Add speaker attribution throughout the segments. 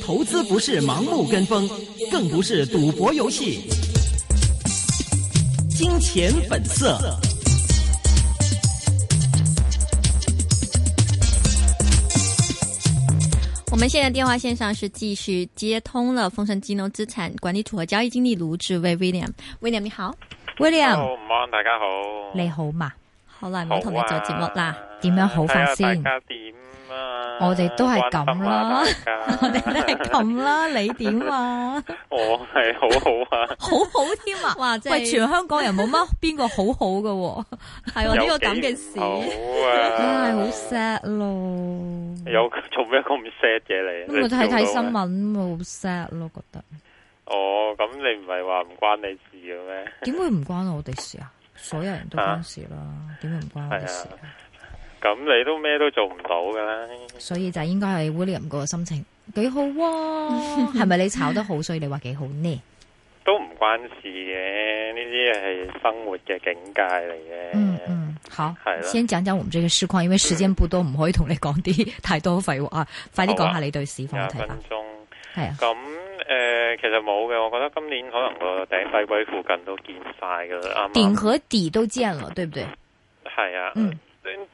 Speaker 1: 投資不是盲目跟風，更不是賭博遊戲。金錢本色。
Speaker 2: 我們現在電話線上是繼續接通了豐盛金融資產管理組合交易經理盧志威 William。William 你好
Speaker 3: 好
Speaker 4: ，William，
Speaker 3: 唔安，大家好。
Speaker 4: 你好嘛？
Speaker 2: 好耐
Speaker 3: 啊
Speaker 2: 冇同你做節目啦，
Speaker 4: 點樣好法
Speaker 3: 睇下
Speaker 4: 先
Speaker 3: 大家點啊？
Speaker 4: 我哋都係咁啦
Speaker 3: 關心下大家
Speaker 4: 我哋 都係咁啦，你點 啊？
Speaker 3: 我係好好 啊，
Speaker 2: 好好添啊！哇，真
Speaker 4: 喂，全
Speaker 2: 係
Speaker 4: 香港人冇乜邊個好好嘅喎，
Speaker 2: 係喎呢個咁嘅事，
Speaker 3: 有幾唔好
Speaker 4: 唉，好
Speaker 3: 啊，
Speaker 4: sad 咯。
Speaker 3: 有做咩咁 sad 嘅你？
Speaker 4: 咁我睇睇新
Speaker 3: 你做到咩。
Speaker 4: 聞，好 sad 咯，覺得
Speaker 3: 哦，咁你唔係話唔關你事嘅咩？
Speaker 4: 點會唔關我哋事啊？所有人都關事啦，點會唔關我哋事啊？
Speaker 3: 咁你都咩都做唔到噶啦。
Speaker 4: 所以就應該係 William 個心情幾好 喎，係咪你炒得好，所以你話幾好呢？
Speaker 3: 都唔關事嘅，呢啲係生活嘅境界嚟嘅。
Speaker 4: 嗯嗯，好
Speaker 3: 係，啦
Speaker 4: 先講講我們這個市況，因為時間不多，唔可以同你講啲 太多廢話，啊快啲講下你對市況
Speaker 3: 廿
Speaker 4: 嘅睇
Speaker 3: 分
Speaker 4: 法，
Speaker 3: 鐘。
Speaker 4: 係啊。
Speaker 3: 咁誒、呃其實冇嘅，我覺得今年可能個頂低位附近都見晒㗎啦，啱
Speaker 4: 頂
Speaker 3: 啱
Speaker 4: 和底都見了，對不對？
Speaker 3: 係啊。
Speaker 4: 嗯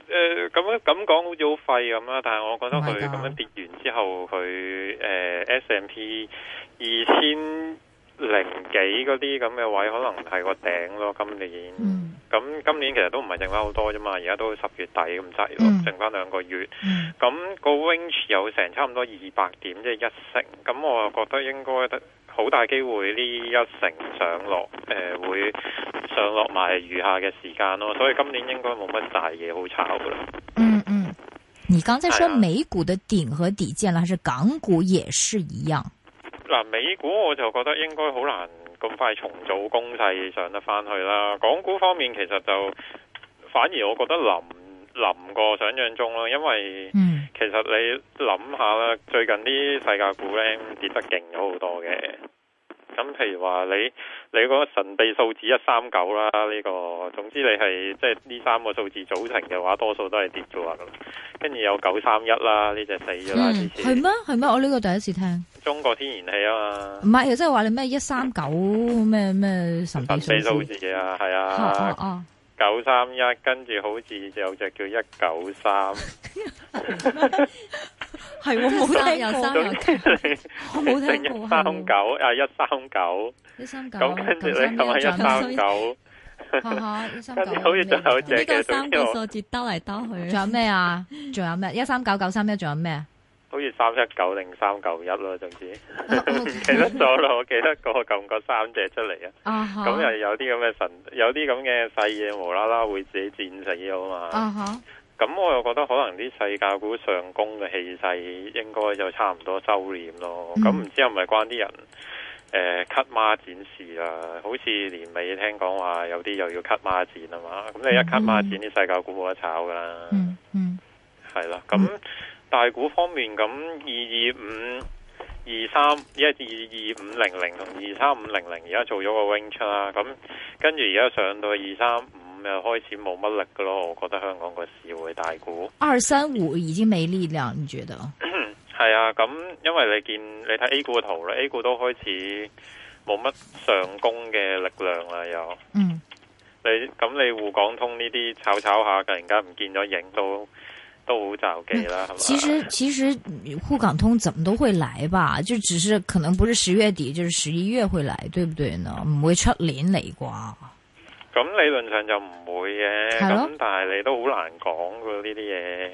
Speaker 3: 誒咁樣咁講好似好廢咁啦，但係我覺得
Speaker 4: 唔係
Speaker 3: 佢
Speaker 4: 㗎
Speaker 3: 咁樣跌完之後，佢誒、S M P 二千零幾嗰啲咁嘅位，可能係個頂咯。今年
Speaker 4: 嗯
Speaker 3: 咁、今年其實都唔係剩翻好多啫嘛，而家都十月底咁滯咯，
Speaker 4: 嗯
Speaker 3: 剩翻兩個月。
Speaker 4: 嗯
Speaker 3: 咁個 range 有成差唔多二百點，即係一成。咁我覺得應該得好大機會呢一成上落，誒、會上落埋餘下嘅時間咯。所以今年應該冇乜大嘢好炒噶啦。
Speaker 4: 嗯嗯。你剛才說
Speaker 3: 哎呀
Speaker 4: 美股的頂和底見了，還是港股也是一樣？
Speaker 3: 嗱，美股我就覺得應該好難咁快重組攻勢上得翻去啦。港股方面其實就反而我覺得臨臨過想像中啦，因為
Speaker 4: 嗯
Speaker 3: 其實你諗下啦，最近啲世界股咧跌得勁咗好多嘅。咁譬如話你你嗰個神秘數字一三九啦，呢、個總之你係即係呢三個數字組成嘅話，多數都係跌咗啊。跟住有九三一啦，呢隻死咗啦，之
Speaker 4: 嗯，係
Speaker 3: 前
Speaker 4: 咩係咩？我呢個第一次聽，
Speaker 3: 中國天然氣啊
Speaker 4: 唔
Speaker 3: 嘛，
Speaker 4: 係，即係話你咩一三九咩咩神秘
Speaker 3: 神秘
Speaker 4: 數
Speaker 3: 數
Speaker 4: 字，
Speaker 3: 字啊，係
Speaker 4: 哦哦
Speaker 3: 啊，
Speaker 4: 哦，
Speaker 3: 九三一，跟住好似有隻叫一九三，
Speaker 4: 係喎，冇
Speaker 2: 三
Speaker 4: 聽
Speaker 2: 又
Speaker 4: 過
Speaker 2: 三，又三
Speaker 4: 我
Speaker 3: 你
Speaker 4: 冇
Speaker 3: 剩
Speaker 4: 聽過
Speaker 3: 一，三九啊一三九。
Speaker 4: 一三九，
Speaker 3: 咁跟住你啊撳下一
Speaker 2: 三
Speaker 3: 三九，
Speaker 4: 哈哈，一三
Speaker 3: 跟
Speaker 4: 九，
Speaker 3: 住好似仲有
Speaker 2: 呢
Speaker 3: 隻
Speaker 2: 個
Speaker 3: 嘅，
Speaker 2: 三
Speaker 3: 總
Speaker 2: 個
Speaker 3: 之我
Speaker 2: 數字兜嚟兜去
Speaker 4: 仲。有咩啊？仲有咩？一三九九三一，仲有咩 啊？
Speaker 3: 好似三一九定三九一咯，總 之唔
Speaker 4: 啊我
Speaker 3: 記得咗啦，我記得個撳個三隻出嚟啊，
Speaker 4: 啊哈
Speaker 3: 咁又有啲咁嘅神，有啲咁嘅細嘢無啦啦會自己戰死咗啊嘛，
Speaker 4: 啊哈，
Speaker 3: 咁我又覺得可能啲世界股上攻嘅氣勢應該就差唔多收斂咯，
Speaker 4: 嗯
Speaker 3: 咁唔知係咪關啲人？誒 cut 孖展事啊，好似年尾聽講話有啲又要 cut 孖展啊嘛，咁你一 cut 孖展啲世界股冇得炒噶啦。
Speaker 4: 嗯嗯
Speaker 3: 係啦，咁大股方面咁二二五、二三、一二二五零零同二三五零零而家做咗個 wing 出啦，咁跟住而家上到二三五又開始冇乜力噶咯，我覺得香港個市會大 股。
Speaker 4: 二三五已經沒力量，你覺得？
Speaker 3: 係啊，咁因為你見你睇 A 股嘅圖咧，A 股都開始冇乜上攻嘅力量啦，又
Speaker 4: 嗯
Speaker 3: 你咁你滬港通呢啲炒炒下，突然間唔見咗影都都好罩忌啦，係嘛？
Speaker 4: 嗯其實其實嗯滬港通怎麼都會來吧，就只是可能不是十月底，就是十一月會來，對不對呢？唔會出年嚟啩？哦
Speaker 3: 咁理論上就唔會嘅，
Speaker 4: 係咯
Speaker 3: 咁但係你都好難講噶呢啲嘢。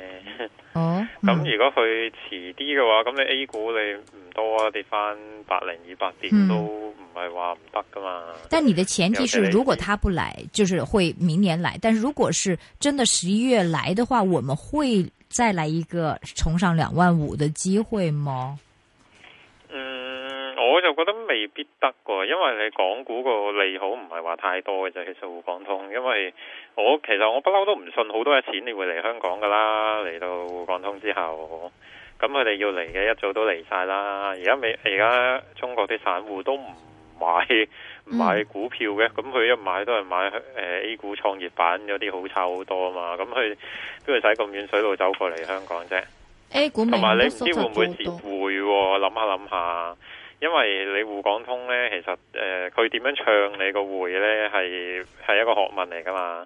Speaker 4: 哦，
Speaker 3: 咁、
Speaker 4: 嗯
Speaker 3: 如果佢遲啲嘅話，咁你 A 股你唔多啊，跌翻百零二百
Speaker 4: 嗯
Speaker 3: 點都唔係話唔得噶嘛。
Speaker 4: 但你的前提是，
Speaker 3: 了解
Speaker 4: 如果他不來，就是会明年來。但如果是真的十一月來的話，我們會再來一個冲上兩萬五的機會嗎？
Speaker 3: 嗯，我就覺得未必得喎，因為你港股個利好唔係話太多嘅啫。其實滬港通，因為我其實我不嬲都唔信好多嘅錢你會嚟香港噶啦，嚟到滬港通之後，咁佢哋要嚟嘅一早都嚟晒啦。而家美而家中國啲散戶都唔買唔買股票嘅，咁佢、一買都係買誒、呃 A 股創業板嗰啲好炒好多啊嘛，咁佢邊度使咁遠水路走過嚟香港啫？
Speaker 2: A 股
Speaker 3: 同
Speaker 2: 明
Speaker 3: 埋你
Speaker 2: 都
Speaker 3: 唔
Speaker 2: 縮
Speaker 3: 知
Speaker 2: 咗
Speaker 3: 會唔會
Speaker 2: 好
Speaker 3: 折
Speaker 2: 多，
Speaker 3: 匯喎？諗下諗下，因為你滬港通呢，其實誒佢點樣唱你個匯呢？係係一個學問嚟㗎嘛。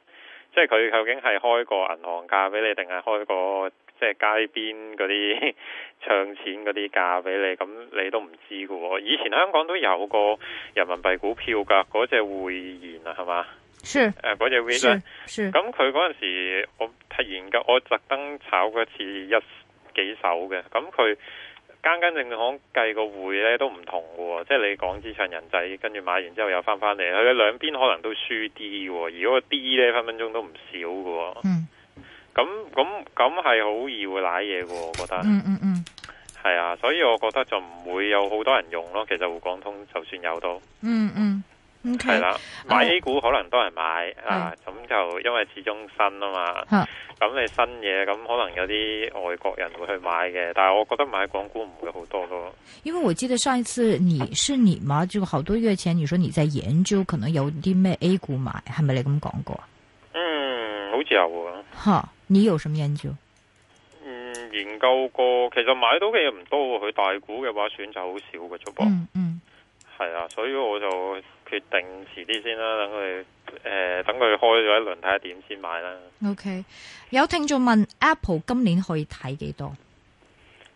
Speaker 3: 即係佢究竟係開個銀行價俾你，定係開個即係街邊嗰啲 唱錢嗰啲價俾你？咁你都唔知㗎喎。以前香港都有個人民幣股票㗎，嗰只匯賢啊，係嘛？
Speaker 4: 是
Speaker 3: 誒嗰隻 V 咧
Speaker 4: 是。是，
Speaker 3: 咁佢嗰陣時，我突然嘅，我特登炒嗰次一幾手嘅。咁佢間間證券行計個匯咧都唔同嘅喎，即係你港資長人仔，跟住買完之後又翻翻嚟，佢兩邊可能都輸啲嘅喎，而嗰個 D 咧分分鐘都唔少嘅喎。
Speaker 4: 嗯
Speaker 3: 咁咁咁係好易會舐嘢嘅喎，我覺得
Speaker 4: 嗯嗯嗯
Speaker 3: 係啊，所以我覺得就唔會有好多人用咯。其實滬港通就算有都。
Speaker 4: 嗯嗯，OK，
Speaker 3: 係啦，買
Speaker 4: 哦
Speaker 3: A 股可能多人買啊，咁就因為始終新啊嘛
Speaker 4: 嚇，
Speaker 3: 咁你新嘢咁可能有啲外國人會去買嘅，但係我覺得買港股唔會好多咯。
Speaker 4: 因为我记得上一次你是你嘛，就好多月前你说你在研究可能有啲咩 A 股买，系咪你咁讲过啊？
Speaker 3: 嗯，好似有啊，
Speaker 4: 哈，你有什么研究？
Speaker 3: 嗯，研究過，其實買到嘅嘢唔多喎，佢大股嘅話選擇好少嘅啫噃，
Speaker 4: 嗯嗯
Speaker 3: 係啊，所以我就決定遲啲先啦，等佢誒等佢開咗一輪睇下點先買啦。
Speaker 4: ，OK。有听众问 Apple 今年可以睇几多？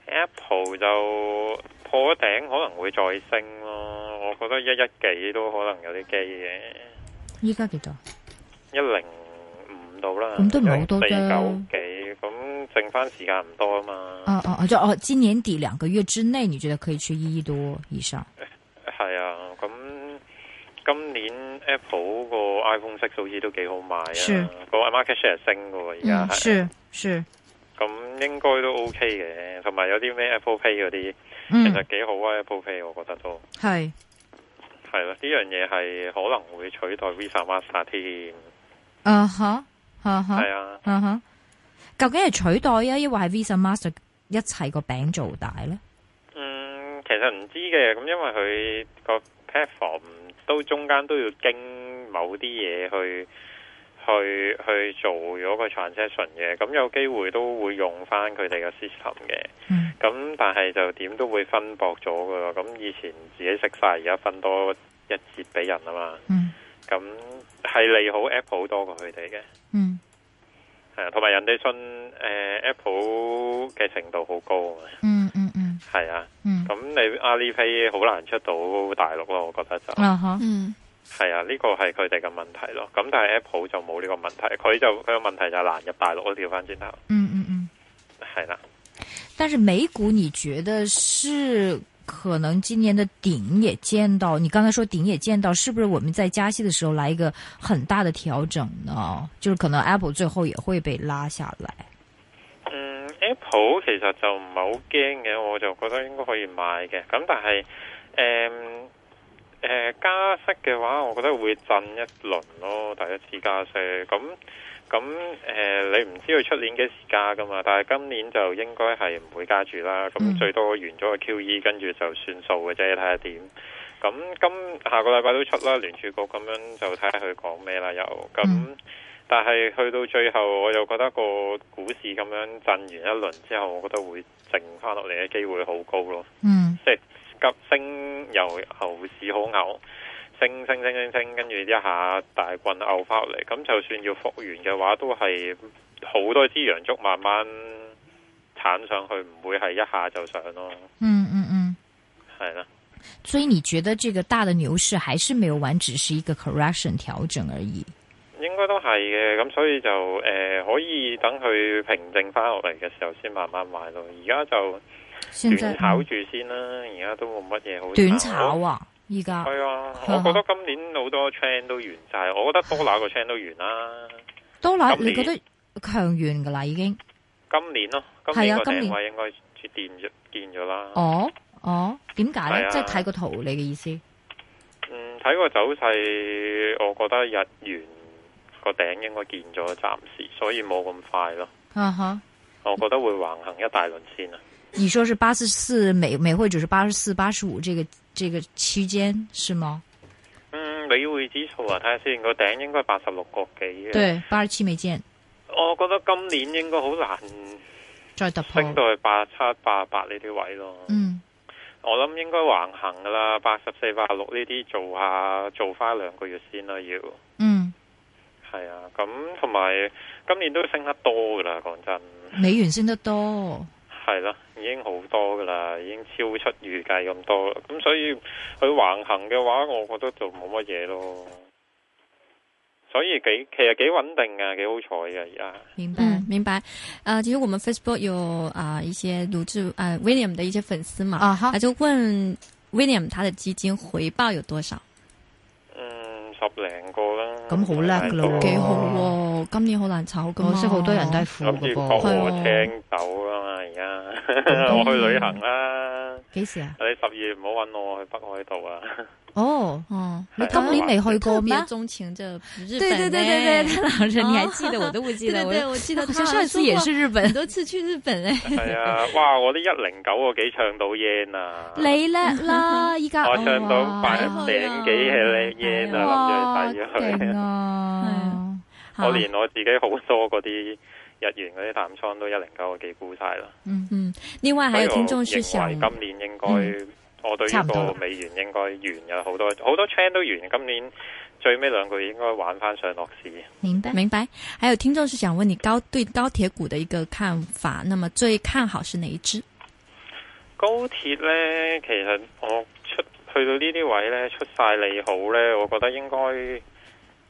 Speaker 3: Apple 就破咗頂可能會再升咯，我覺得一一幾都可能有啲機嘅，
Speaker 4: 依家幾多？
Speaker 3: 一零五到啦，
Speaker 4: 咁都唔係好多啫
Speaker 3: 四九幾，咁剩翻時間唔多啊嘛，
Speaker 4: 哦哦哦，就哦，今年底两个月之内，你觉得可以去一亿多以上？
Speaker 3: 係啊，咁今年 Apple 個 iPhone 6好似都幾好賣
Speaker 4: 是
Speaker 3: 啊，個 market share 升嘅喎，而家
Speaker 4: 嗯，
Speaker 3: 係，
Speaker 4: 是是，
Speaker 3: 咁應該都 OK 嘅，同埋有啲咩 Apple Pay 嗰啲，其
Speaker 4: 嗯
Speaker 3: 實幾好啊，Apple Pay 我覺得都。
Speaker 4: 係。
Speaker 3: 係啦，呢樣嘢係可能會取代 Visa、Master 添，
Speaker 4: 啊哈啊哈
Speaker 3: 係啊，
Speaker 4: 啊哈，究竟係取代啊，抑或係 Visa Master 一齊個餅做大咧？
Speaker 3: 嗯，其實唔知嘅，咁因為佢個 platform 都中間都要經某啲嘢去去去做咗個 transaction 嘅，咁有機會都會用翻佢哋嘅 system 嘅，
Speaker 4: 嗯
Speaker 3: 咁但係就點都會分薄咗噶，咁以前自己食晒，而家分多一截俾人啊嘛，
Speaker 4: 嗯
Speaker 3: 咁係利好 Apple 多過佢哋嘅。
Speaker 4: 嗯
Speaker 3: 係啊，同埋人哋信誒、呃 Apple 嘅程度好高啊嘛，
Speaker 4: 嗯嗯嗯
Speaker 3: 係啊，
Speaker 4: 嗯，
Speaker 3: 咁你阿里 Pay 好難出到大陸咯，我覺得就係
Speaker 4: 啊哈，
Speaker 2: 嗯
Speaker 3: 啊，呢、個係佢哋嘅問題咯。咁但係 Apple 就冇呢個問題，佢就佢個問題就係難入大陸咯。調翻轉頭，
Speaker 4: 嗯嗯嗯。
Speaker 3: 係啦、
Speaker 4: 但是美股你覺得是可能今年的頂也見到？你剛才說頂也見到，是不是我們在加息的時候來一個很大的調整呢？就是可能 Apple 最後也會被拉下來。
Speaker 3: 嗯，Apple 其實就唔係好驚嘅，我就覺得應該可以買嘅。咁但係誒誒加息嘅話，我覺得會震一輪咯，第一次加息。咁咁誒，你唔知佢出年幾時加噶嘛？但係今年就應該係唔會加住啦。
Speaker 4: 嗯
Speaker 3: 咁最多完咗個 QE，跟住就算數嘅啫，睇下點。咁今下個禮拜都出啦，聯儲局咁樣就睇下佢講咩啦，又咁。
Speaker 4: 嗯
Speaker 3: 但係去到最後，我又覺得個股市咁樣震完一輪之後，我覺得會靜翻落嚟嘅機會好高咯。
Speaker 4: 嗯
Speaker 3: 即係急升由牛市好牛，升升升升升，跟住一下大棍牛翻落嚟。咁就算要復原嘅話，都係好多支陽燭慢慢鏟上去，唔會係一下就上咯。
Speaker 4: 嗯嗯嗯。
Speaker 3: 係啦，
Speaker 4: 所以你覺得這個大的牛市還是沒有完，只是一個 correction 調整而已。
Speaker 3: 應該都係嘅。咁所以就誒、呃可以等佢平靜翻落嚟嘅時候，先慢慢買咯。而家就。
Speaker 4: 現在
Speaker 3: 短炒住先啦，而家都冇乜嘢好
Speaker 4: 短炒。啊，依家
Speaker 3: 係啊，我覺得今年好多 trend 都完晒，我覺得多拿個 trend 都完啦。
Speaker 4: 都拿
Speaker 3: 今
Speaker 4: 你
Speaker 3: 年
Speaker 4: 覺得強完噶啦已經？
Speaker 3: 今年咯，今
Speaker 4: 係
Speaker 3: 年
Speaker 4: 啊
Speaker 3: 個
Speaker 4: 今年
Speaker 3: 頂位應該跌咗見咗啦。
Speaker 4: 哦哦，點解
Speaker 3: 係
Speaker 4: 咧？
Speaker 3: 啊
Speaker 4: 即係睇個圖你嘅意思？
Speaker 3: 嗯，睇個走勢，我覺得日元個頂應該見咗，暫時，所以冇咁快咯。
Speaker 4: 啊哈，
Speaker 3: 我覺得會橫行一大輪先啊。
Speaker 4: 你說是八十四美美匯指是八十四八十五這個這個區間是嗎？
Speaker 3: 嗯，美匯指數啊，睇下先，個頂應該八十六個幾嘅。
Speaker 4: 對，八十七沒見。
Speaker 3: 我覺得今年應該好難
Speaker 4: 再突破
Speaker 3: 升，到去八七、八八呢啲位咯。
Speaker 4: 嗯
Speaker 3: 我諗應該橫行噶啦，八十四、八六呢啲做下，做翻兩個月先啦，要
Speaker 4: 嗯，
Speaker 3: 係啊。咁同埋今年都升得多噶啦，講真
Speaker 4: 美元升得多，
Speaker 3: 係啦，已經好多噶啦，已經超出預計咁多啦。咁所以佢橫行嘅話，我覺得就冇乜嘢咯。所以幾其實幾穩定啊，幾好彩嘅而家。
Speaker 4: 明白。
Speaker 2: 嗯，明白。呃，其实我们 Facebook 有啊、呃一些卢志呃 William 的一些粉丝嘛，
Speaker 4: 啊哈
Speaker 2: 他，就问 William 他的基金回报有多少？
Speaker 3: 嗯，十零個啦，
Speaker 4: 咁好叻㗎咯
Speaker 2: 幾
Speaker 4: 幾
Speaker 2: 好
Speaker 4: 好
Speaker 2: 喎、
Speaker 4: 喎
Speaker 2: 今年好難炒噶
Speaker 4: 我識好多人都係負
Speaker 3: 諗
Speaker 4: 嘅
Speaker 3: 住
Speaker 4: 噃，
Speaker 2: 係
Speaker 3: 我
Speaker 2: 啊
Speaker 3: 青豆啊嘛，而家
Speaker 4: 嗯
Speaker 3: 我去旅行啦。
Speaker 4: 幾時啊？
Speaker 3: 你十二月唔好揾我去北海道啊！
Speaker 4: 哦，
Speaker 2: 哦，
Speaker 4: 你
Speaker 3: 係啊
Speaker 4: 今年未去過
Speaker 2: 特
Speaker 4: 咩
Speaker 2: 别？钟情这日本、
Speaker 4: 对对对对对，，老人
Speaker 2: 哦
Speaker 4: 你还记得，我都不记
Speaker 2: 对
Speaker 4: 得。
Speaker 2: 对
Speaker 4: 我
Speaker 2: 对，我记得
Speaker 4: 好
Speaker 2: 他
Speaker 4: 像上一次也是日
Speaker 2: 很
Speaker 4: 本。
Speaker 2: 多次去日本哎、
Speaker 3: 係啊，哇！我啲一零九個幾唱到 yen 啊，
Speaker 4: 你叻啦，依家
Speaker 3: 我唱到八
Speaker 2: 百
Speaker 3: 頂幾嘅 yen 啊，
Speaker 4: 哇，
Speaker 3: 諗住去使咗
Speaker 4: 勁
Speaker 3: 佢。
Speaker 4: 啊！
Speaker 3: 我連我自己好多嗰啲日元嗰啲淡倉都一零九個幾沽晒啦。
Speaker 4: 嗯，
Speaker 2: 嗯，另外还有聽眾是想
Speaker 3: 所以我認為今年應該，
Speaker 2: 嗯
Speaker 3: 我對
Speaker 4: 差
Speaker 3: 呢
Speaker 4: 唔多啦
Speaker 3: 個美元應該完嘅好多好多 trend 都完，今年最尾兩個月應該玩翻上落市。
Speaker 4: 明白。
Speaker 2: 明白，还有听众是想问你高对高铁股的一个看法，那么最看好是哪一只？
Speaker 3: 高鐵呢，其實我出去到呢啲位呢，出晒利好呢，我覺得應該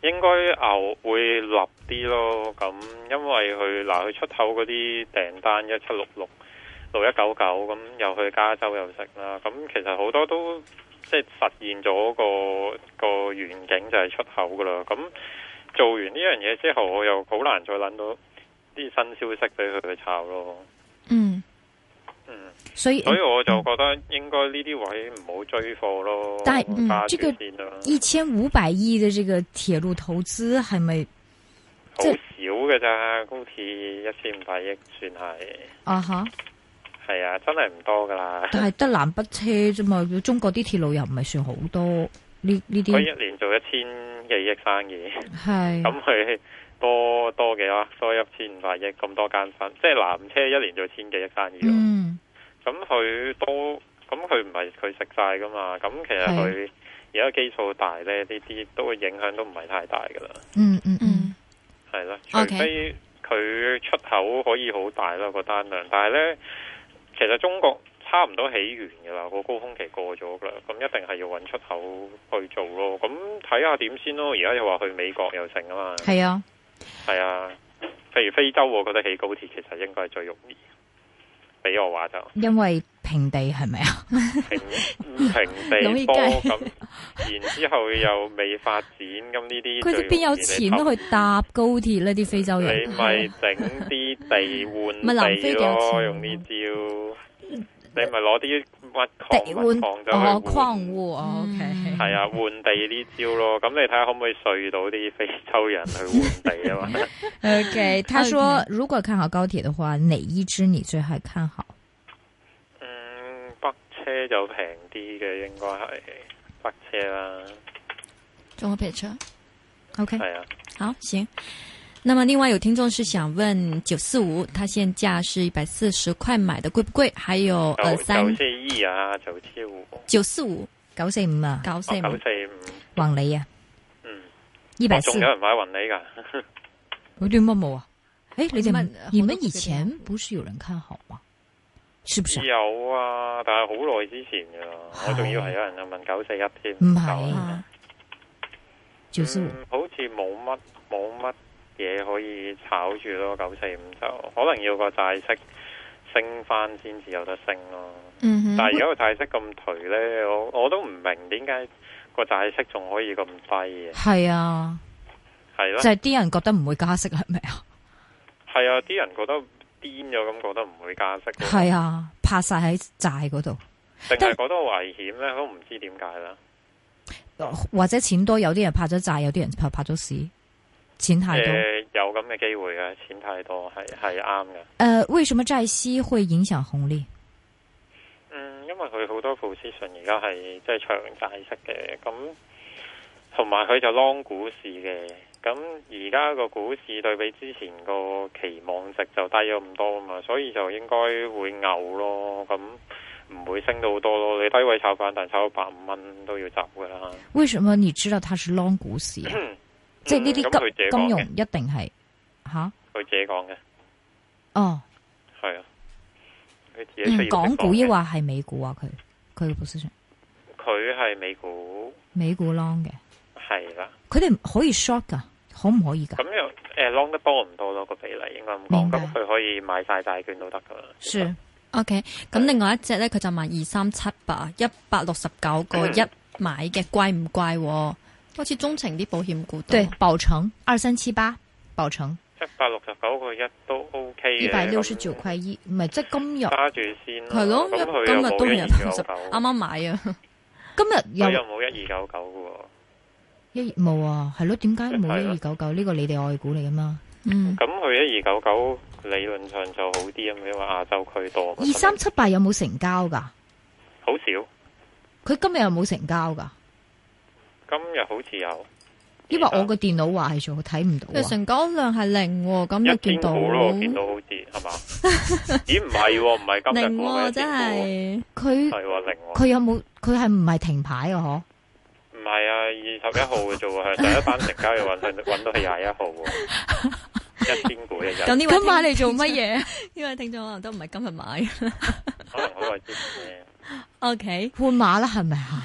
Speaker 3: 應該牛會立啲咯。咁因為佢嗱，佢出口嗰啲訂單一七六六六一九九咁，又去加州又食啦。咁其實好多都即係實現咗個個願景，就係出口噶啦。咁做完呢樣嘢之後，我又好難再諗到啲新消息俾佢去炒咯。
Speaker 2: 嗯，
Speaker 3: 嗯。
Speaker 4: 所以
Speaker 3: 所以我就覺得應該呢啲位唔好追貨咯，
Speaker 4: 但係
Speaker 2: 嗯
Speaker 3: 揸
Speaker 4: 這
Speaker 3: 住
Speaker 4: 個
Speaker 3: 先啦，
Speaker 4: 一千五百億的這個鐵路投資係咪
Speaker 3: 好
Speaker 4: 即
Speaker 3: 少
Speaker 4: 係
Speaker 3: 嘅咋，高鐵一千五百億算係，
Speaker 4: 啊哈？
Speaker 3: 係啊，真係唔多噶啦。
Speaker 4: 但係得南北車啫嘛，中國啲鐵路又唔係算好多呢呢
Speaker 3: 佢
Speaker 4: 啲
Speaker 3: 一年做一千幾億生意，
Speaker 4: 係
Speaker 3: 啊咁佢多多幾啊，多一千五百億咁多間分，即係南車一年做千幾億生意喎。
Speaker 4: 嗯
Speaker 3: 咁佢都咁佢唔係佢食晒噶嘛，咁其實佢而家基數大咧，呢啲都會影響都唔係太大噶啦。
Speaker 4: 嗯嗯
Speaker 2: 嗯，
Speaker 4: 嗯
Speaker 3: 係啦，除
Speaker 2: OK
Speaker 3: 非佢出口可以好大啦個單量，但係呢，其實中國差唔多起完噶啦，個高峰期過咗噶啦，咁一定係要揾出口去做咯。咁睇下點先咯。而家又話去美國又成啊嘛，
Speaker 4: 係啊，
Speaker 3: 係啊。譬如非洲，我覺得起高鐵其實應該係最容易。俾 我話就
Speaker 4: 因為平地係咪 啊？
Speaker 3: 平平
Speaker 2: 容易
Speaker 3: 地多
Speaker 2: 計
Speaker 3: 咁，然之後又未發展，咁呢啲
Speaker 4: 佢
Speaker 3: 最
Speaker 4: 哋
Speaker 3: 容易
Speaker 4: 邊有
Speaker 3: 你
Speaker 4: 錢啊
Speaker 3: 投
Speaker 4: 去搭高鐵呢？啲非洲
Speaker 3: 你
Speaker 4: 人
Speaker 3: 咪整啲地
Speaker 2: 咪南
Speaker 3: 換
Speaker 2: 非
Speaker 3: 地
Speaker 2: 幾有
Speaker 3: 咯，
Speaker 2: 錢
Speaker 3: 用呢招。你咪攞啲乜礦
Speaker 4: 地
Speaker 3: 物礦就
Speaker 4: 哦
Speaker 3: 去
Speaker 4: 礦
Speaker 3: 換，
Speaker 4: 戶哦
Speaker 2: 嗯
Speaker 4: ，OK
Speaker 3: 係啊，換地呢招咯。咁你睇下可唔可以碎到啲非洲人去換地啊嘛？
Speaker 4: OK，他说如果看好高鐵的話，哪一支你最係看好？
Speaker 3: 嗯，北車就平啲嘅，應該係北車啦。
Speaker 2: 中国北车。
Speaker 4: OK，
Speaker 3: 係啊，
Speaker 2: 好，行。那么另外有听众是想问九四五，它现价是一百四十块买的，贵不贵？还有呃
Speaker 3: 九
Speaker 2: 三
Speaker 3: 九四二啊，九千五，
Speaker 2: 九四五
Speaker 4: 九四五啊，
Speaker 2: 高四
Speaker 3: 哦
Speaker 2: 嘛
Speaker 3: 九，四五，
Speaker 4: 宏利啊，
Speaker 3: 嗯，
Speaker 4: 一百
Speaker 3: 哦
Speaker 4: 四
Speaker 3: 仲有，人買雲你㗎？
Speaker 4: 有點乜冇啊？誒，你
Speaker 2: 慢
Speaker 4: 哋你
Speaker 2: 好多
Speaker 4: 們
Speaker 2: 都
Speaker 4: 以
Speaker 2: 這樣
Speaker 4: 前不是有人看好嗎？是不是啊？
Speaker 3: 有啊，但係好耐之前㗎啦，我仲以為有人問九四一添，
Speaker 4: 唔係
Speaker 3: 就
Speaker 2: 啊，
Speaker 4: 九四五
Speaker 3: 嗯，好似冇乜冇乜嘢可以炒住咯，九四五就可能要個債息升翻先至有得升咯。
Speaker 2: 嗯
Speaker 3: 但
Speaker 2: 哼，
Speaker 3: 係而家個債息咁頹呢，我我都唔明點解個債息仲可以咁低嘅，
Speaker 4: 係啊，
Speaker 3: 係
Speaker 4: 就
Speaker 3: 咯，
Speaker 4: 係啲人覺得唔會加息係咪啊？
Speaker 3: 係啊，啲人覺得癲咗咁，覺得唔會加息咯，
Speaker 4: 係啊，拍晒喺債嗰度，
Speaker 3: 定係覺得危險呢？都唔知點解啦。哦
Speaker 4: 或者錢多，有啲人拍咗債，有啲人拍拍咗市，錢太多。
Speaker 3: 誒，有咁嘅機會嘅，錢太多係係啱嘅。
Speaker 4: 呃，為什麼債息會影響紅利？
Speaker 3: 嗯，因為佢好多 position 而家係即係長債息嘅，咁同埋佢就 long 股市嘅，咁咁而家個股市對比之前個期望值就低咗咁多啊嘛，所以就應該會牛咯，咁唔會升到好多咯。你低位炒反彈炒到百五蚊都要走噶啦。
Speaker 4: 為什麼你知道他是 long 股市啊？即係呢
Speaker 3: 嗯嗯咁
Speaker 4: 啲
Speaker 3: 佢自
Speaker 4: 金
Speaker 3: 己
Speaker 4: 金
Speaker 3: 講
Speaker 4: 融
Speaker 3: 嘅，
Speaker 4: 一定係吓
Speaker 3: 佢自己講嘅，
Speaker 4: 哦，
Speaker 3: 係啊，佢自己出
Speaker 4: 嗯
Speaker 3: 現
Speaker 4: 港股抑
Speaker 3: 情
Speaker 4: 或
Speaker 3: 況嘅
Speaker 4: 係美股啊？佢佢嘅 position
Speaker 3: 佢係美股
Speaker 4: 美股 long 嘅，
Speaker 3: 係啦。
Speaker 4: 佢哋可以 short 噶，可唔可以噶
Speaker 3: 咁？又誒 long 得多唔多咯個比例應該咁
Speaker 4: 明
Speaker 3: 講，
Speaker 4: 白
Speaker 3: 咁佢可以買晒債券都得噶啦。其實
Speaker 4: 是
Speaker 2: OK，咁另外一隻咧，佢就賣二三七八，一百六十九個
Speaker 3: 嗯
Speaker 2: 一買嘅，貴唔貴喎？好似中情啲保險股度
Speaker 4: 對，寶城二三七八，寶城
Speaker 3: 一百六十九個一都 OK 嘅，
Speaker 4: 一百六十九
Speaker 3: 咁啊
Speaker 4: 塊一，唔係即係今日
Speaker 3: 揸住先啦
Speaker 2: 係咯，
Speaker 3: 咁佢
Speaker 2: 今
Speaker 3: 又
Speaker 2: 日都係
Speaker 3: 冇一
Speaker 2: 一
Speaker 3: 二
Speaker 2: 百六十，
Speaker 3: 九
Speaker 2: 啱
Speaker 3: 九，
Speaker 2: 啱買 啊，
Speaker 4: 今
Speaker 3: 佢
Speaker 4: 日
Speaker 3: 又
Speaker 4: 有
Speaker 3: 冇一二九九嘅喎。
Speaker 4: 一冇啊？係咯，點解冇
Speaker 3: 係
Speaker 4: 一
Speaker 3: 咯
Speaker 4: 二九九呢個你哋愛股嚟噶嘛？
Speaker 2: 嗯，
Speaker 3: 咁佢一二九九理論上就好啲啊，因為亞洲區多嘛。
Speaker 4: 二三七八有冇成交噶？
Speaker 3: 好少，今
Speaker 4: 佢今日有冇成交噶？
Speaker 3: 日好似有
Speaker 4: 因為我個電腦話係做睇唔到
Speaker 2: 佢
Speaker 4: 啊。
Speaker 2: 成交量係零喎，咁
Speaker 3: 一
Speaker 2: 你
Speaker 3: 千
Speaker 2: 見到
Speaker 3: 股咯，我見到好似係嘛？咦，唔係喎，唔係今日
Speaker 2: 零
Speaker 3: 股
Speaker 2: 喎，
Speaker 3: 咩？
Speaker 2: 真係
Speaker 4: 佢
Speaker 3: 係喎，零喎，
Speaker 4: 佢有冇佢係唔係停牌啊？嗬？
Speaker 3: 唔係啊，二十一號嘅啫 喎，係第一單成交又揾揾到係廿一號喎，一千股一日，
Speaker 2: 咁呢位
Speaker 4: 咁
Speaker 2: 聽
Speaker 4: 買嚟做乜？嘢？
Speaker 2: 呢位聽眾可能都唔係今日買。
Speaker 3: 可能好耐之前
Speaker 2: OK，
Speaker 4: 換馬啦，係咪啊？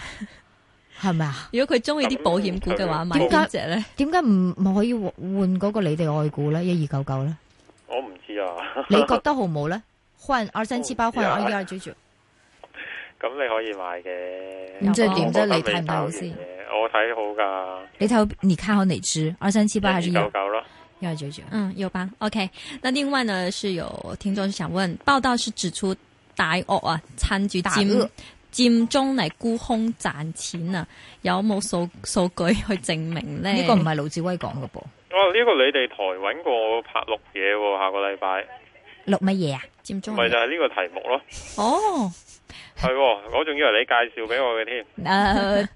Speaker 4: 係咪啊？
Speaker 2: 如果佢中意啲保險股嘅話，
Speaker 3: 咁
Speaker 2: 買
Speaker 3: 佢
Speaker 2: 邊只咧？
Speaker 4: 點解唔唔可以換嗰個你哋愛股咧？一二九九咧？
Speaker 3: 我唔知啊，
Speaker 4: 你覺得好冇咧？換二三七八，換二一二九九。
Speaker 3: 咁你可以買嘅。
Speaker 4: 咁即係點啫
Speaker 3: 我覺得
Speaker 4: 你睇唔睇好
Speaker 3: 未
Speaker 4: 先
Speaker 3: 搞完嘅？我睇好噶，
Speaker 4: 你睇好你看好哪支？二三七八還是
Speaker 3: 一
Speaker 4: 一
Speaker 3: 九九啦。
Speaker 4: 一二九九？
Speaker 2: 嗯，有吧？OK，那另外呢是有聽眾想問，報道是指出大鱷啊趁住
Speaker 4: 大鱷
Speaker 2: 佔佔中嚟沽空賺錢啊，有冇數數據去證明呢？
Speaker 4: 呢個唔係盧志威講嘅噃。
Speaker 3: 哇！哦呢、個你哋台揾過拍錄嘢喎，下個禮拜
Speaker 4: 錄乜嘢啊？
Speaker 2: 佔中
Speaker 3: 咪就係呢個題目咯。
Speaker 2: 哦，
Speaker 3: 係喎，我仲以為你介紹俾我嘅添。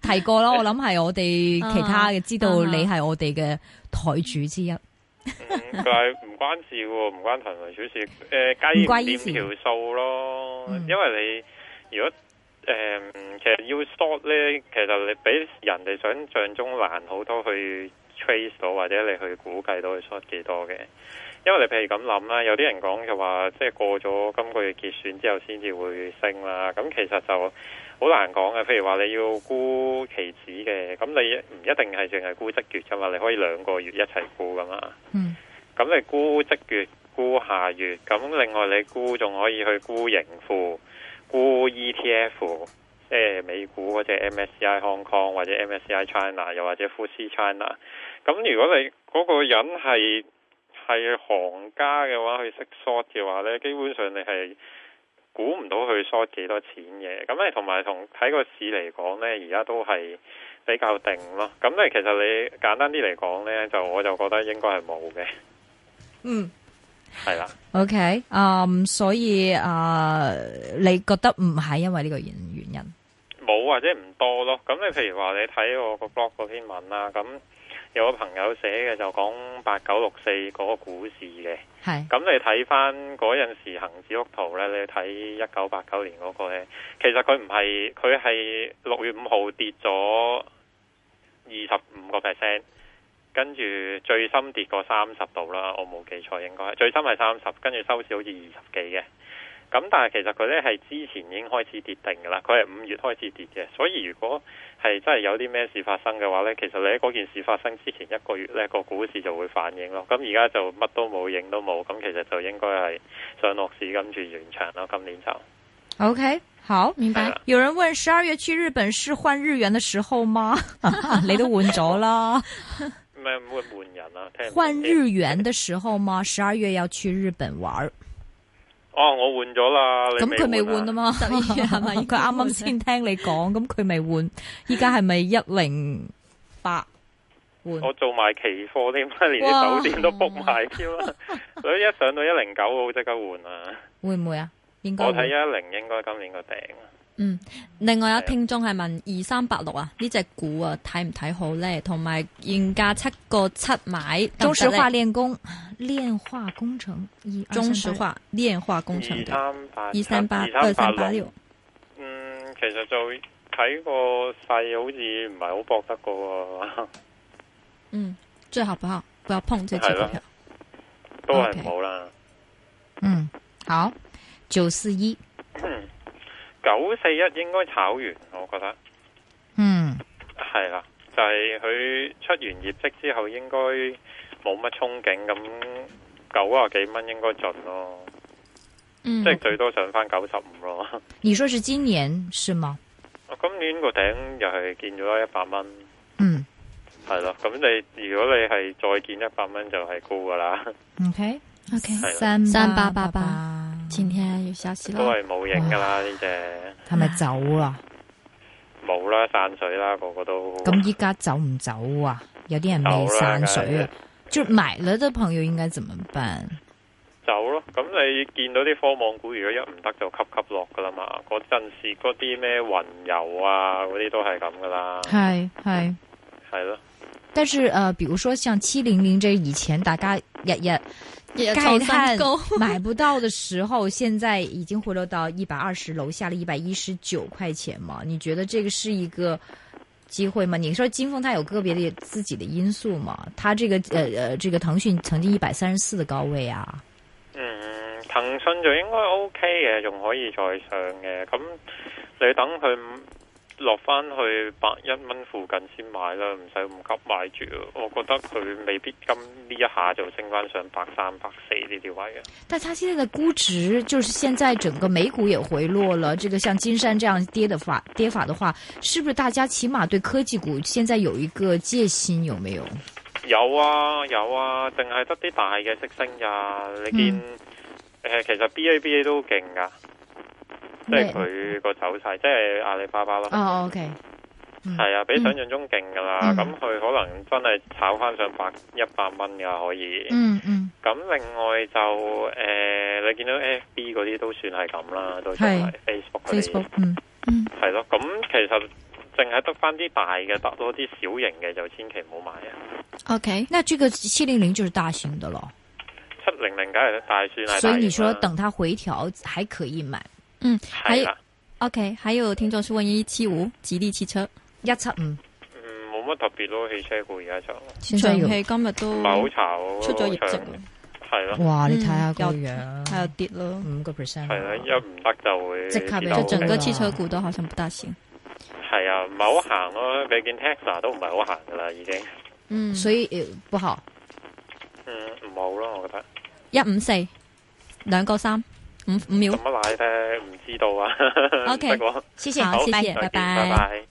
Speaker 4: 誒、提過 啦，我諗係我哋其他嘅知道
Speaker 2: 啊
Speaker 4: 你係我哋嘅台主之一。
Speaker 3: 嗯但係唔關事喎，唔關陳維小事。誒、
Speaker 4: 唔
Speaker 3: 計
Speaker 4: 關
Speaker 3: 唔
Speaker 4: 事
Speaker 3: 掂條數咯，
Speaker 4: 嗯
Speaker 3: 因為你如果誒、嗯其實要 stop 咧，其實你比人哋想象中難好多去 trace 到，或者你去估計到佢 short 幾多嘅。因為你譬如咁諗啦，有啲人講就話，即係過咗今個月結算之後先至會升啦。咁其實就好難講嘅。譬如話你要沽期指嘅，咁你唔一定係淨係沽即月噶嘛，你可以兩個月一齊沽噶嘛。
Speaker 4: 嗯，
Speaker 3: 咁你沽即月、沽下月，咁另外你沽仲可以去沽盈富、沽 ETF，即係美股嗰只 MSCI Hong Kong 或者 MSCI China，又或者富士 China。咁如果你嗰個人係係行家嘅話，佢識 short 嘅話呢，基本上你係估唔到佢 short 幾多錢嘅。咁你同埋同睇個市嚟講呢，而家都係比較定咯。咁你其實你簡單啲嚟講呢，就我就覺得應該係冇嘅。
Speaker 4: 嗯
Speaker 3: 係啦，
Speaker 4: ，OK，嗯，所以啊、你覺得唔係因為呢個原原因？
Speaker 3: 冇或者唔多咯。咁你譬如話你睇我個 blog 嗰篇文啦，咁有個朋友寫嘅就講八九六四嗰個股市嘅。
Speaker 4: 係
Speaker 3: 咁你睇翻嗰陣時恒指幅圖咧，你睇一九八九年嗰個咧，其實佢唔係佢係六月五號跌咗二十五個 percent，跟住最深跌過三十度啦，我冇記錯應該係最深係三十，跟住收市好似二十幾嘅。咁但係其實佢咧係之前已經開始跌定㗎啦，佢係五月開始跌嘅，所以如果係真係有啲咩事發生嘅話呢，其實你喺嗰件事發生之前一個月呢個股市就會反應咯。咁而家就乜都冇，影都冇，咁其實就應該係上落市跟住完場咯。今年就
Speaker 4: ，OK，好。
Speaker 2: 明
Speaker 3: 係
Speaker 2: 白。
Speaker 3: 啦，
Speaker 4: 有人問：十二月去日本是換日元的時候嗎？ 你都換咗啦，
Speaker 3: 咩會換人啊？聽唔
Speaker 4: 換
Speaker 3: 明
Speaker 4: 日元的時候嗎？十二月要去日本玩儿，
Speaker 3: 哦，我換咗啦，你
Speaker 4: 咁佢未換啊嘛？
Speaker 2: 十二月 係咪
Speaker 4: 佢啱啱先聽你講，咁佢未換，依家係咪一零八換？
Speaker 3: 我做埋期貨添， 連啲酒店都 book 埋添啦，所以一上到一零九，我即刻換啊！
Speaker 4: 會唔會啊？應該
Speaker 3: 我睇
Speaker 4: 會
Speaker 3: 一零應該今年個頂，
Speaker 2: 嗯，另外有
Speaker 3: 係啊
Speaker 2: 聽眾係問二三八六啊，呢只股啊睇唔睇好咧？同埋現價七個七買得
Speaker 4: 中
Speaker 2: 唔
Speaker 4: 石
Speaker 2: 得
Speaker 4: 化
Speaker 2: 咧？
Speaker 4: 炼工，炼化工程一二
Speaker 2: 中石
Speaker 4: 三八
Speaker 2: 化炼化工程
Speaker 3: 二
Speaker 2: 隊
Speaker 3: 三八
Speaker 2: 二三八
Speaker 3: 二
Speaker 2: 二
Speaker 3: 三
Speaker 2: 三八
Speaker 3: 六啊
Speaker 2: 六。，
Speaker 3: 嗯，其實就睇個勢好似唔係好搏得個，
Speaker 2: 嗯，最好不要不要碰這隻股
Speaker 3: 係
Speaker 2: 票
Speaker 3: 啦。 都係
Speaker 2: OK
Speaker 3: 唔好啦。
Speaker 4: 嗯，好，九四一，
Speaker 3: 九四一應該炒完，我覺得
Speaker 4: 嗯
Speaker 3: 係啦，就係佢出完業績之後應該冇乜憧憬，咁九啊幾蚊應該盡咯，
Speaker 2: 嗯
Speaker 3: 即係最多上翻九十五咯。
Speaker 4: 你说是今年是吗？
Speaker 3: 我今年個頂又係見咗一百蚊，
Speaker 4: 嗯
Speaker 3: 係咯，咁你如果你係再見一百蚊就係高噶啦，
Speaker 2: 啊
Speaker 4: ，OK
Speaker 2: OK，
Speaker 3: 係啊啦
Speaker 4: 三
Speaker 2: 三八
Speaker 4: 八八
Speaker 2: 八
Speaker 4: 八
Speaker 2: 八，今天有消息
Speaker 3: 都
Speaker 2: 啦。
Speaker 3: 係冇影噶啦呢只。
Speaker 4: 系咪走啊啦？
Speaker 3: 冇啦，散水啦，個個都
Speaker 4: 咁依家走唔走啊？有啲人
Speaker 3: 走
Speaker 4: 未
Speaker 3: 啦
Speaker 4: 散水
Speaker 3: 梗
Speaker 4: 啊
Speaker 3: 係，
Speaker 4: 就买了的朋友应该怎么办？
Speaker 3: 走咯。咁你見到啲科網股，如果一唔得就吸吸落噶啦嘛。嗰陣時嗰啲咩雲遊啊，嗰啲都係咁噶啦，
Speaker 4: 系系。
Speaker 3: 係咯。
Speaker 4: 但是呃，比如说像七零零这以前大家日日
Speaker 2: 日日
Speaker 4: 慨
Speaker 2: 創
Speaker 4: 叹
Speaker 2: 新高，
Speaker 4: 买不到的时候，现在已经回落到一百二十楼下了，一百一十九块钱嘛？你觉得这个是一个机会吗？你说金峰它有个别的自己的因素嘛？它这个呃呃，这个腾讯曾经一百三十四的高位啊，
Speaker 3: 嗯，騰訊就應該 OK 嘅，仲可以再上嘅。咁你等佢落翻去百一蚊附近先買啦，唔使咁急買住。我覺得佢未必今呢一下就升翻上百三、百四呢啲位嘅。
Speaker 4: 但它现在的估值就是现在整个美股也回落了，这个像金山这样跌的法跌法的话，是不是大家起码对科技股现在有一个戒心？有没有？
Speaker 3: 有啊有啊，淨係得啲大嘅息升咋？你
Speaker 4: 嗯
Speaker 3: 見诶、誒其實 B A B A 都勁噶，即
Speaker 4: 咩
Speaker 3: 係佢個走勢，即係阿里巴巴咯。
Speaker 4: 哦，OK，嗯
Speaker 3: 係啊，比想象中勁噶啦。
Speaker 4: 嗯
Speaker 3: 咁佢、可能真係炒翻上百一百蚊噶可以。
Speaker 4: 嗯嗯，
Speaker 3: 咁、另外就诶、誒你見到 F B 嗰啲都算係咁啦，都仲係 Facebook 嗰
Speaker 4: Facebook，
Speaker 3: 啲
Speaker 4: 嗯
Speaker 3: 係咯。咁其實淨係得翻啲大嘅得咯，啲小型嘅就千祈唔好買啊。
Speaker 2: OK，
Speaker 4: 那这个七零零就是大型的了，
Speaker 3: 七零零梗係大算係大型啦。
Speaker 4: 所以你说等它回调还可以买
Speaker 2: 嗯，还
Speaker 3: 係
Speaker 2: 有
Speaker 3: 啦。
Speaker 2: OK，还有听众是问一七五吉利汽车，
Speaker 4: 一七五，
Speaker 3: 嗯，冇乜特別咯，汽車股而家就
Speaker 4: 先
Speaker 2: 長
Speaker 4: 生有
Speaker 2: 期今日都
Speaker 3: 唔係好炒，
Speaker 2: 嗯出咗業績
Speaker 3: 長
Speaker 2: 啊，
Speaker 3: 係咯，
Speaker 4: 哇，你
Speaker 2: 嗯
Speaker 4: 睇下個
Speaker 2: 有
Speaker 4: 樣，
Speaker 2: 还有跌咯，
Speaker 4: 五個 percent，
Speaker 3: 係啦，
Speaker 2: 嗯
Speaker 3: 一唔得就會
Speaker 4: 即刻俾
Speaker 3: 跌
Speaker 2: 就
Speaker 4: 有
Speaker 3: 到
Speaker 2: 整
Speaker 4: 係
Speaker 2: 个
Speaker 4: 啊
Speaker 2: 汽车股都好像不大行。
Speaker 3: 係啊，唔係好行咯。你見 Tesla 都唔係好行噶啦，已經，
Speaker 2: 嗯，
Speaker 4: 所
Speaker 2: 以
Speaker 4: 以呃不好。
Speaker 3: 嗯，唔好咯，我覺得。
Speaker 2: 一五四两个三五五秒
Speaker 3: 咁。乜奶咧？唔知道啊
Speaker 2: 嗯 OK，
Speaker 3: 不過
Speaker 2: 谢谢，
Speaker 3: 好
Speaker 2: 谢
Speaker 3: 再
Speaker 2: 谢，
Speaker 3: 見
Speaker 2: 拜
Speaker 3: 拜拜。